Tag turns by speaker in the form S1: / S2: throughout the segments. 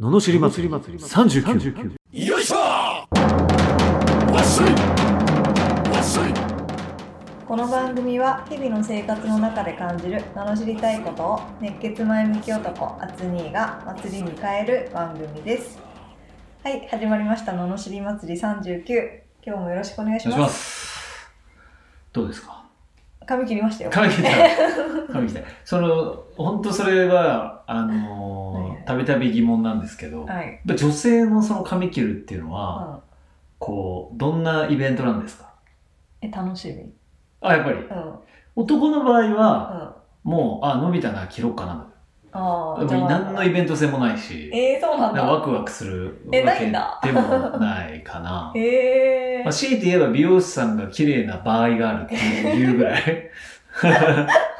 S1: ののしり祭り39
S2: よいしょわっしょいわっしょい
S3: この番組は日々の生活の中で感じる罵りたいことを熱血前向き男アツニーが祭りに変える番組ですはい始まりました罵り祭り39今日もよろしくお願いし
S4: お
S3: ます
S4: 願いします。どうですか
S3: 髪切りましたよ
S4: 髪切った髪切った。その、本当それは、あの
S3: はい
S4: ー、たびたび疑問なんですけど、やっ
S3: はい、
S4: ぱ女性のその髪切るっていうの
S3: うん、
S4: は、こう、どんなイベントなんですか
S3: え楽しみうん
S4: あ、やっぱり。
S3: うん
S4: 男の場合は、
S3: あ
S4: もう、あ、伸びたな、切ろうかな。
S3: あー
S4: でも、何のイベント性もないし、
S3: えー、そうなん
S4: なんかワ
S3: だ
S4: クワクするわけ
S3: え
S4: で
S3: ないんだ。
S4: もないかな
S3: えー
S4: まあ、強いて言えば美容師さんが綺麗な場合があるっていうぐ らい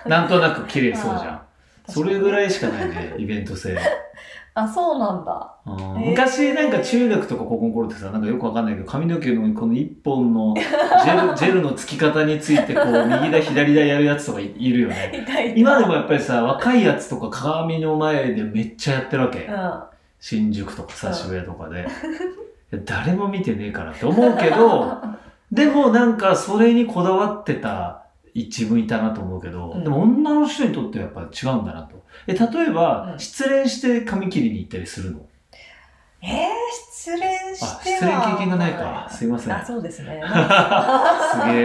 S4: なんとなく綺麗そうじゃんそれぐらいしかないねイベント性、
S3: あそうなんだ
S4: うん
S3: へー
S4: 昔なんか中学とか高校の頃ってさなんかよくわかんないけど髪の毛のこの一本のジ ェルジェルのつき方についてこう右だ左だやるやつとかいいるよね
S3: 痛い
S4: 今でもやっぱりさ若いやつとか鏡の前でめっちゃやってるわけ、
S3: うん
S4: 新宿とかさ渋谷とかでいや誰も見てねえからって思うけ どでもなんかそれにこだわってた一文いたなと思うけど、
S3: うん
S4: でも女の人にとってはやっぱ違うんだなと。え、例えば、
S3: うん
S4: 失恋して髪切りに行ったりするの
S3: えー、失恋
S4: あ、
S3: しては
S4: 失恋経験がないか。すいません。
S3: あ、
S4: す
S3: そうです ね。
S4: げえ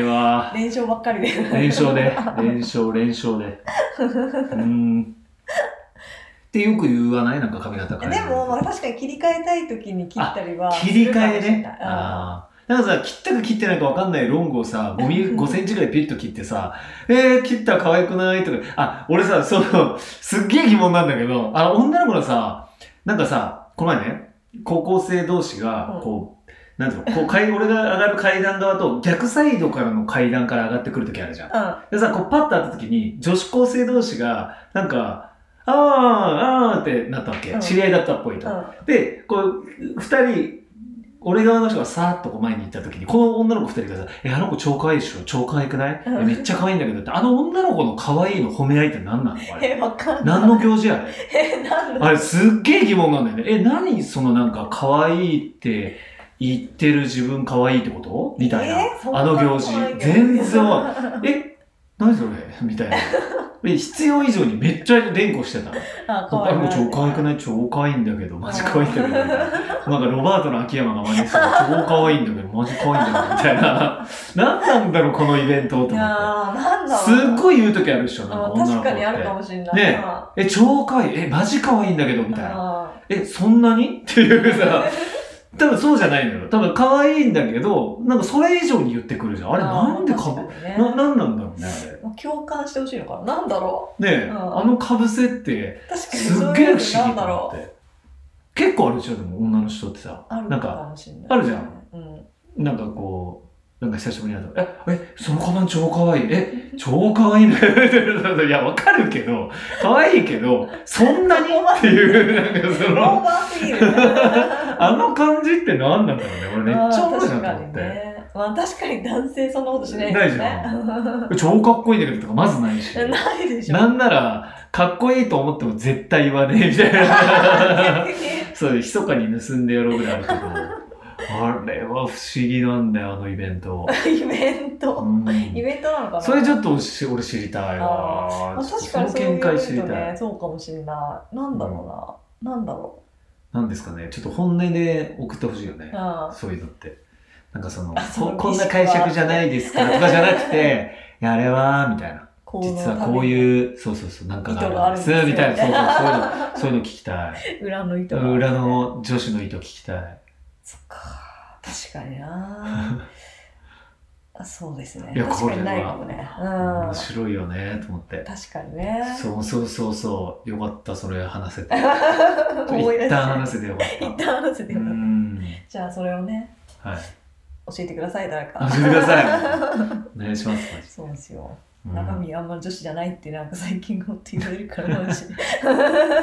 S4: わ。
S3: 連勝ばっかりで。
S4: 連勝で。連勝、連勝で。うーん。ってよく言わないなんか髪型変え
S3: で
S4: る
S3: も、まあ、確かに切り替えたい時に切ったりは。
S4: 切り替え
S3: する
S4: ね
S3: かもしれない。あ
S4: あーなんかさ、切ったか切ってないか分かんないロングをさ、5ミリ、5センチぐらいピッと切ってさ、えー、切ったら可愛くないとか、あ、俺さ、その、すっげえ疑問なんだけど、あの、女の子のさ、なんかさ、この前ね、高校生同士
S3: う
S4: が
S3: ん、
S4: こう、なんていうの、こう階、俺が上がる階段側と、逆サイドからの階段から上がってくるときあるじゃん。でさ、こう、パッと会ったときに、女子高生同士が、なんか、あー、あーってなったわけ
S3: う。ん
S4: 知り合いだったっぽいと
S3: う。ん。うん。
S4: で、こう、二人、俺側の人がさーっとこう前に行った時に、この女の子二人がさ、え、あの子超可愛いでしょ超可愛くないえ
S3: うん
S4: めっちゃ可愛いんだけどって、あの女の子の可愛いの褒め合いって何なのあれ。
S3: え、わかんない。
S4: 何の行事やれ
S3: え、なんだ
S4: あれすっげえ疑問なんだよね。え、何そのなんか可愛いって言ってる自分可愛いってことみたいな。
S3: えそんな
S4: あ
S3: こ
S4: の
S3: と
S4: 行事
S3: ない。けど
S4: 全然わかんない。え、何それ みたいな。え必要以上にめっちゃ連呼してたの。
S3: あ、
S4: あの子超可愛く
S3: い。
S4: ない超可愛いんだけど、マジ可愛いんだけど、みたいな。なんかロバートの秋山が真似してた超可愛いんだけど、マジ可愛いんだけど、みたい な。何なんだろう、このイベントと思っ
S3: い
S4: て。
S3: やー、なんだ
S4: す
S3: ろう。
S4: っごい言う時あるでしょ、なんか
S3: あ
S4: 女の
S3: 確
S4: 子
S3: か
S4: っ
S3: にあるか
S4: て。
S3: もしれない。
S4: ねえ、超可愛い。え、マジ可愛いんだけど、み
S3: うん
S4: たいな。
S3: あ
S4: え、そんなにっていうさ、多分そうじゃないのよ。多分可愛いんだけど、なんかそれ以上に言ってくるじゃん。あれなんでか
S3: 確
S4: ぶ、
S3: にね
S4: な、なんなんだろうね、あれ。
S3: まあ共感してほしいのかな。なんだろ
S4: ねえ、
S3: うん
S4: あのかぶせって、
S3: う。確かに
S4: すっ
S3: そう
S4: げ
S3: い
S4: え不
S3: うの
S4: 思議
S3: なん
S4: と
S3: だ
S4: 思
S3: ろ
S4: っ
S3: う。
S4: て結構あるでしょでも女の人ってさ
S3: ある
S4: なん
S3: の
S4: か
S3: かもしれない。
S4: あるじゃん。
S3: うん。
S4: なんかこうなんか久しぶりに会ったええそのカバン超可愛いえ超可愛いね いやわかるけど可愛いけどそんなにっていうなんかそ
S3: オー
S4: の
S3: バーすぎる。
S4: あの感じって何なんだろうね俺めっちゃ面白いなと思
S3: あー確かに
S4: って、
S3: ねまあ確かに男性そんなことしないですね。
S4: ないじ 超かっこいいんだけどとかまずないし
S3: ないでしょ。
S4: なんならかっこいいと思っても絶対言わねえみた いな
S3: 逆に
S4: そう、密かに盗んでやろうぐらいあるけど、あれは不思議なんだよ、あのイベント。
S3: イベン
S4: う
S3: ト。
S4: ん
S3: イベントなのかな
S4: それちょっとし俺知りたいわ。
S3: まあ、
S4: ちょっと
S3: 確かにそういう
S4: その見解
S3: と
S4: 知りた
S3: ね
S4: い。
S3: そうかもしれない。なんだろうな。なんだろ
S4: なんですかね、ちょっと本音で送ってほしいよね
S3: う。。あ
S4: そういうのって。なんかその
S3: あそ
S4: こ、
S3: の
S4: こんな解釈じゃないですからとかじゃな くて、いや、あれは、みたいな。
S3: こ
S4: 実はこう
S3: う
S4: いう、そうそうそう、なんかがあるんです、
S3: 意図
S4: み
S3: が
S4: た
S3: ある
S4: い
S3: んで
S4: な。
S3: す
S4: そう
S3: よ
S4: そう、そういうの、そういうの聞きたい。
S3: 裏の糸が。
S4: 裏。の女子の意図聞きたい。
S3: そっか。確かに な。あそうですね
S4: い。や
S3: 確かにないかもね。う
S4: 面
S3: ん。
S4: 白いよね、と思って。
S3: 確かにね。
S4: そうそうそうそう。よかった、それ話せて。
S3: 思い出して。
S4: 一旦話せてよかった。
S3: 一旦話せて
S4: う
S3: よかった。
S4: ん。
S3: じゃあそれをね、
S4: はい。
S3: 教えてください、誰か
S4: 教。えてくだ さい。お願いします。マジ
S3: そうですよ。
S4: うん
S3: 中身あんま女子じゃないってなんか最近思って言われるから マジで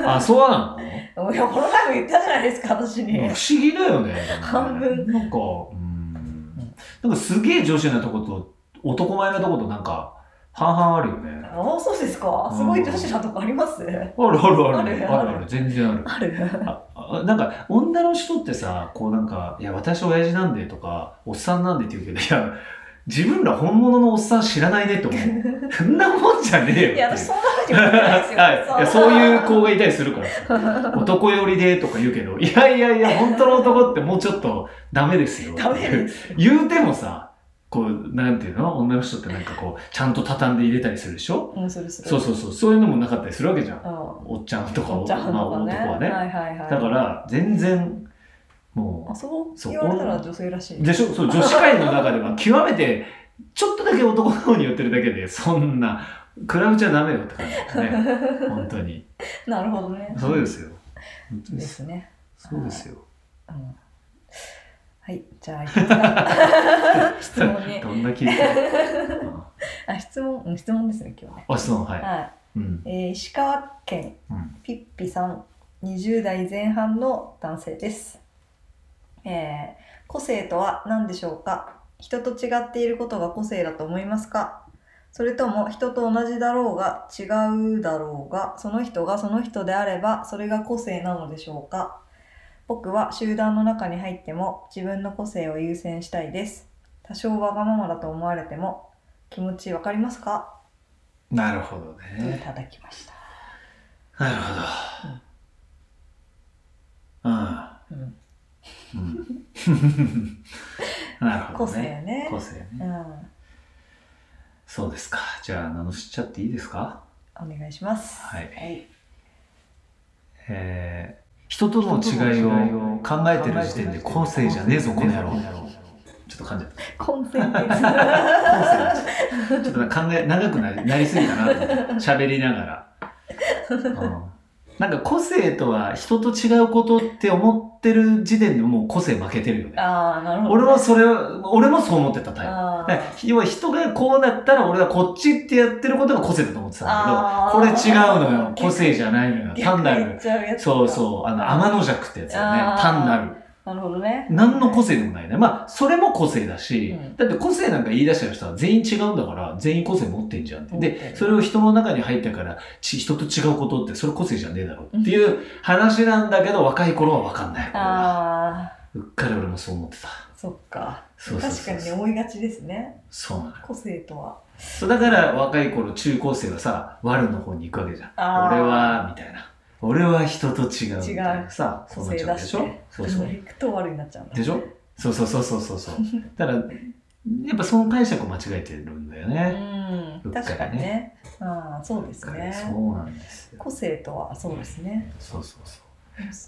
S4: あ、そうなの
S3: いやこの前も言ったじゃないですか私に
S4: 不思議だよね。
S3: 半分
S4: なんか、うん。なんかすげえ女子なとこと、男前なとことなんか、半々あるよね。
S3: あそうですかすごい女子なとこあります
S4: あるあるある。
S3: ある
S4: あるある。全然ある。
S3: ある
S4: あああなんか女の人ってさこうなんか「いや私親父なんで」とか「おっさんなんで」って言うけどいや自分ら本物のおっさん知らないねって思うそんなもんじゃねえよって
S3: いや、私そんなふうに思って ないですよ。
S4: はい、いやそういう子がいたりするからさ 男寄りでとか言うけどいやいやいや本当の男ってもうちょっとダメですよ
S3: ダメです。
S4: 言うてもさこうなんていうの女の人ってなんかこうちゃんと畳んで入れたりするでしょ
S3: うん、するする。
S4: そう
S3: う。
S4: そうそうそういうのもなかったりするわけじゃん
S3: うん。
S4: おっちゃんとか
S3: おっちゃんとかね。
S4: まあ、男はね、
S3: はいはいはい。
S4: だか、ら全然も
S3: あ、
S4: う
S3: そう言われたら女性らしい。
S4: でしょそう女子会の中では極めてちょっとだけ男の方に寄ってるだけでそんな比べちゃダメよって感じだよね本当に
S3: なるほどね。
S4: そうですよ本当
S3: で
S4: です
S3: すね。
S4: そうですよ
S3: うんはい、じゃあ、いきます か質問に
S4: どんな聞いてるうん
S3: あ、質問、うん質問ですね、今日ね。
S4: あ質問はい、
S3: は
S4: うん
S3: い、えー石川県
S4: うん
S3: ピッピさん、20代前半の男性です。えー個性とは何でしょうか人と違っていることが個性だと思いますかそれとも人と同じだろうが違うだろうがその人がその人であればそれが個性なのでしょうか僕は集団の中に入っても自分の個性を優先したいです。多少わがままだと思われても気持ちわかりますか
S4: なるほど
S3: とい
S4: ね
S3: ただきました。
S4: なるほど
S3: うん、
S4: うん、 うん、なるほ
S3: 個
S4: ど
S3: 性
S4: ね
S3: ね。
S4: 個性ね
S3: うん、
S4: そうですかじゃあ名乗しちゃっていいですか
S3: お願いします。
S4: はい
S3: はい
S4: えー、人との違いを考えてる時点で個性じゃねえぞこの野郎ちょっと噛んじゃっ
S3: 混 戦です。
S4: た個性ちょっとなんか考え長くなりなりすぎたなと思って喋りながら、うんなんか個性とは人と違うことって思ってる時点でもう個性負けてるよね
S3: ああ、なるほど、
S4: 俺はそれを俺もそう思ってたタイプ
S3: あ
S4: だから要は人がこうなったら俺はこっちってやってることが個性だと思ってたんだ
S3: あー
S4: けど、これ違うのよ。個性じゃないのよ。
S3: ー
S4: 単な
S3: 逆言
S4: る
S3: っ。ちゃうやつか
S4: そうそう。あの、天の弱ってやつだよ
S3: あ
S4: ね。
S3: ー
S4: 単なる。
S3: なるほどね。
S4: 何の個性でもないね。まあ、それも個性だし、
S3: うん
S4: だって個性なんか言い出しちゃう人は全員違うんだから、全員個性持ってんじゃんって。
S3: 持って
S4: で、
S3: る
S4: それを人の中に入ったから、ち人と違うことって、それ個性じゃねえだろっていう話なんだけど、若い頃はわかんない。これは
S3: あ
S4: うっかり俺もそう思ってた。
S3: あ、そっか。
S4: そうそうそうそう
S3: 確かに思いがちですね。
S4: そうなの。
S3: 個性とは。
S4: そうだから若い頃中高生はさ悪の方に行くわけじゃん
S3: あー
S4: 俺はみたいな俺は人と違うみたいなさ
S3: 個
S4: そうなっ
S3: 性
S4: ちゃ
S3: 出
S4: うで
S3: し
S4: しょ
S3: て。
S4: そうそう
S3: 行くと悪になっちゃうんだ。
S4: でしょそうそうそうそ うそうそうだからやっぱその解釈を間違えてるんだよ
S3: う
S4: ね、
S3: ん、
S4: うっかりね
S3: 確かにね。ああ、そうですね。
S4: そうなんですよ
S3: 個性とは、そうですね。
S4: そうそうそう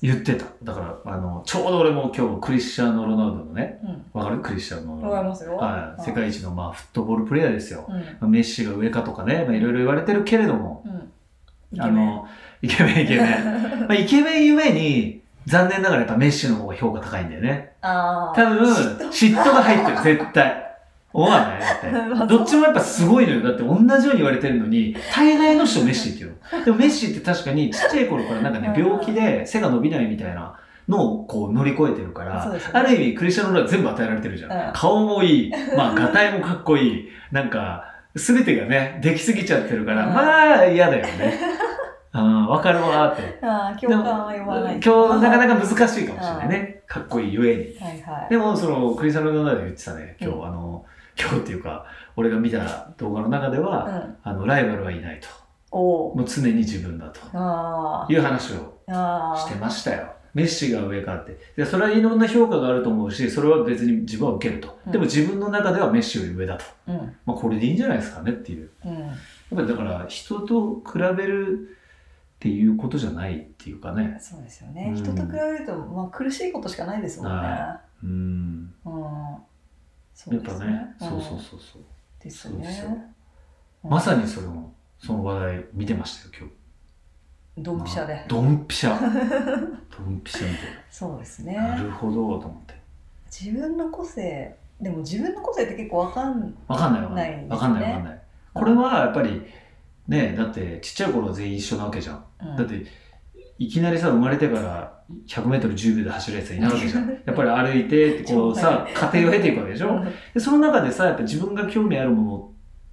S4: 言ってただからあのちょうど俺も今日クリスチャーノ・ロナウドのね
S3: うん。
S4: わかるクリスチャーノ・ロ
S3: わか
S4: ナ
S3: り
S4: ウ
S3: ますよ。
S4: ドはい世界一のまあフットボールプレイヤーですよ
S3: う、ん。
S4: まあメッシが上かとかねまあいろいろ言われてるけれども
S3: うん。
S4: あの、イケメンイケメ ン。まあ、イケメンゆえに、残念ながらやっぱメッシの方が評価高いんだよね。
S3: ああ。
S4: 多分、嫉妬が入ってる、絶対。思わない だって。どっちもやっぱすごいのよ。だって同じように言われてるのに、大概の人メッシって言うの。でもメッシって確かにちっちゃい頃からなんかね、病気で背が伸びないみたいなのをこう乗り越えてるか
S3: そう
S4: ら
S3: です、ね
S4: ある意味クリスチャン・ローラー全部与えられてるじゃ
S3: うん
S4: ん。顔もいい、まあ、ガタイもかっこいい、なんか、すべてがね、できすぎちゃってるから、
S3: うん
S4: まあ嫌だよね。うん、わかる わーって。
S3: ああ、共感は呼ばない。
S4: 今日、なかなか難しいかもしれないね。かっこいいゆえに。
S3: はいはい。
S4: でも、その、クリスタルの中で言ってたね、今日、
S3: うん
S4: あの、今日っていうか、俺が見た動画の中で
S3: う
S4: は、
S3: ん。
S4: あの、ライバルはいないと。
S3: おお。
S4: もう常に自分だと。
S3: ああ。
S4: いう話を
S3: ああ。
S4: してましたよ。メッシが上かって。で、それはいろんな評価があると思うし、それは別に自分は受けると。
S3: うん
S4: でも自分の中ではメッシより上だと。
S3: うん。
S4: まあ、これでいいんじゃないですかねっていう。
S3: うん。
S4: やっぱりだから、人と比べるっていうことじゃないっていうかね。
S3: そうですよね、
S4: うん
S3: 人と比べると、まあ、苦しいことしかないですもんね、
S4: はうん。
S3: うんそ
S4: や
S3: う
S4: っ
S3: で
S4: ぱ
S3: す
S4: ね、
S3: ん
S4: そうそうそうそう。
S3: です
S4: そうですよ
S3: ね
S4: まさにそれも、その話題見てましたよ、今日。
S3: にドンピシャで、
S4: ドン ピシャドンピシャみた
S3: そうです
S4: いなな
S3: ね
S4: るほどと思って
S3: 自分の個性でも自分の個性って結構わかん
S4: わかんないわかんない
S3: ない
S4: わかんないわかんないこれはやっぱりねだってちっちゃい頃は全員一緒なわけじゃん、
S3: うん
S4: だっていきなりさ生まれてから 100m10 秒で走るやつはいないわけじゃんやっぱり歩いてってこ うさ過程を経ていくわけでしょでその中でさやっぱ自分が興味あるものっ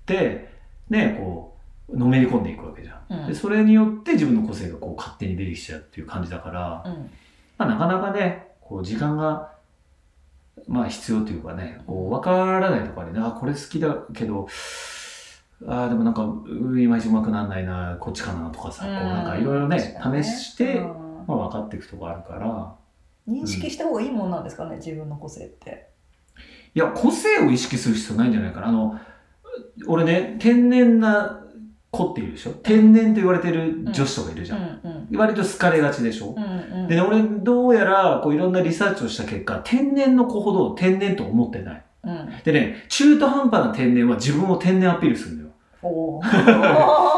S4: てねこうのめり込んでいくわけじゃん、
S3: うん
S4: でそれによって自分の個性がこう勝手に出てきちゃうっていう感じだから、
S3: うん
S4: まあ、なかなかね、こう時間が、まあ必要というかね、こう分からないとかね、あ、これ好きだけど、あーでもなんか、うんいまいちうまくなんないな、こっちかなとかさ、こうなんかいろいろね、試して、
S3: うん
S4: まあ、分かっていくとこあるから、
S3: 認識した方がいいもんなんですかね、自分の個性って。
S4: いや、個性を意識する必要ないんじゃないかな。あの、俺ね、天然な子っているでしょ天然と言われてる女子とかいるじ
S3: う
S4: ゃ
S3: ん
S4: ん。
S3: うん
S4: 割と好かれがちでしょ、
S3: うんうん
S4: でね、俺、どうやら、こういろんなリサーチをした結果、天然の子ほど天然と思ってない。
S3: うん
S4: でね、中途半端な天然は自分を天然アピールするのよ。
S3: おお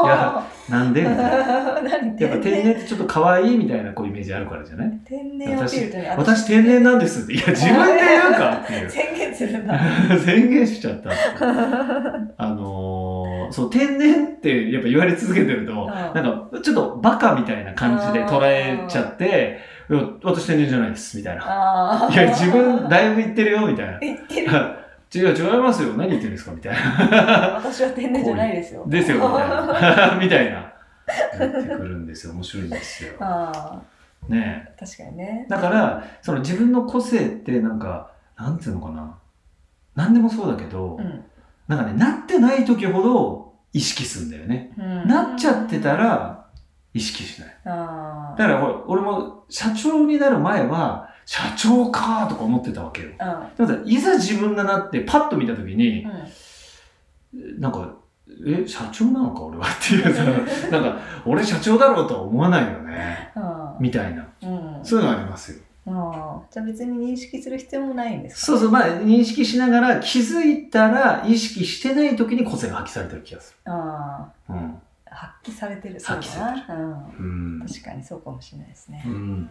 S4: やなんでみたいな。や っ
S3: 何
S4: ぱ天然ってちょっと可愛いみたいなこうイメージあるからじゃない
S3: 天然アピールというのは
S4: 私天然なんですっ て。いや、自分で言うかっていう。
S3: 宣言するんだ
S4: 宣言しちゃった。 あのー、そう、天然ってやっぱ言われ続けてると、
S3: ん
S4: なんか、ちょっとバカみたいな感じで捉えちゃって、いや私天然じゃないです、みたいな。
S3: ああ
S4: いや、自分だいぶ言ってるよ、みたいな。
S3: 言ってる
S4: 違う、違いますよ。何言ってるんですかみたいな。
S3: 私は天然じゃないですよ
S4: ですよ、み たいな。みたいな。なってくるんですよ。面白いんですよ。
S3: あ
S4: ね
S3: あ確かに
S4: え
S3: ね
S4: だから、その自分の個性って、なんか、なんていうのかな。何でもそうだけど、
S3: うん
S4: なんかね、なってない時ほど意識するんだよね。
S3: うん
S4: なっちゃってたら、意識しない。
S3: あ
S4: だからほら、俺も社長になる前は、社長かーとか思ってたわけよ。
S3: あ
S4: でもさ、いざ自分がなって、パッと見た時に
S3: う、んうん
S4: なんか、え、社長なのか俺はっていうさ、なんか、俺社長だろうとは思わないよね。
S3: あ
S4: みたいな。
S3: ーうん
S4: そういうのありますよ。
S3: あーじゃあ別に認識する必要もないんですか
S4: そうそう、まあ、認識しながら、気づいたら、意識してない時に個性が発揮されてる気がす
S3: あ
S4: る。うん。
S3: あ発揮されてるそう
S4: 発揮
S3: だ
S4: され
S3: な、
S4: うん
S3: うん、。確かにそうかもしれないですね、
S4: うん。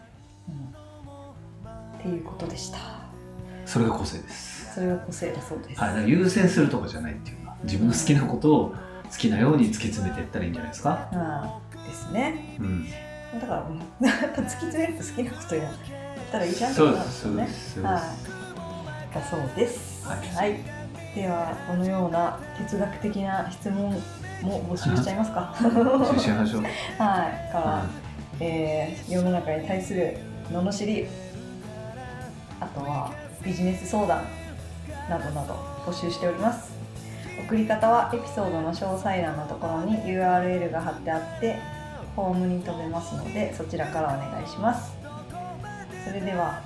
S3: うんっていうことでした
S4: それが個性です。
S3: それが個性だそうです、
S4: はい。だから優先するとかじゃないっていうか、自分の好きなことを好きなように突き詰めていったらいいんじゃないですか。
S3: うんですね
S4: うん。
S3: だからうんやっぱ突き詰めると好きなことやったらいいじゃんって
S4: そ
S3: こと
S4: うで、
S3: なんですすよ
S4: そうで
S3: ね
S4: す。そうで
S3: はい
S4: す、
S3: だそうです、
S4: はい
S3: ではこのような哲学的な質問も募集しちゃいます か
S4: 一緒にしましょう。
S3: はいから、えー世の中に対する罵りあとはビジネス相談などなど募集しております送り方はエピソードの詳細欄のところに URL が貼ってあってホームに飛べますのでそちらからお願いしますそれでは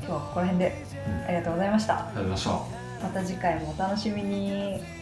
S3: 今日はここら辺で
S4: うん
S3: ありがとうございました
S4: 食べましょう。
S3: また次回もお楽しみに